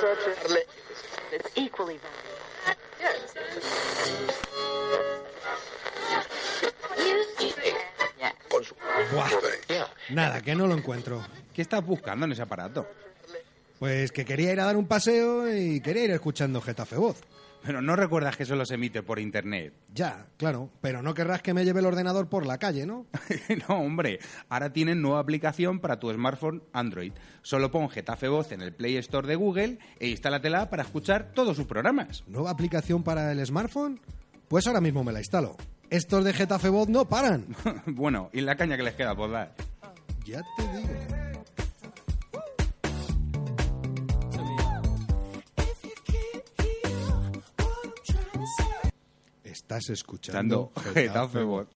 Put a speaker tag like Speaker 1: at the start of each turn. Speaker 1: Charlie.
Speaker 2: It's equally valuable. Yes.
Speaker 1: Con su...
Speaker 3: Buah, nada, que no lo encuentro.
Speaker 4: ¿Qué estás buscando en ese aparato?
Speaker 3: Pues que quería ir a dar un paseo y quería ir escuchando Getafe Voz.
Speaker 4: Pero no recuerdas que eso los emite por internet.
Speaker 3: Ya, claro, pero no querrás que me lleve el ordenador por la calle, ¿no?
Speaker 4: no, hombre. Ahora tienen nueva aplicación para tu smartphone Android. Solo pon Getafe Voz en el Play Store de Google e instálatela para escuchar todos sus programas.
Speaker 3: ¿Nueva aplicación para el smartphone? Pues ahora mismo me la instalo. Estos de Getafe Voz no paran.
Speaker 4: bueno, y la caña que les queda por dar.
Speaker 3: Ya te digo. Estás escuchando
Speaker 4: Dando Getafe Voz.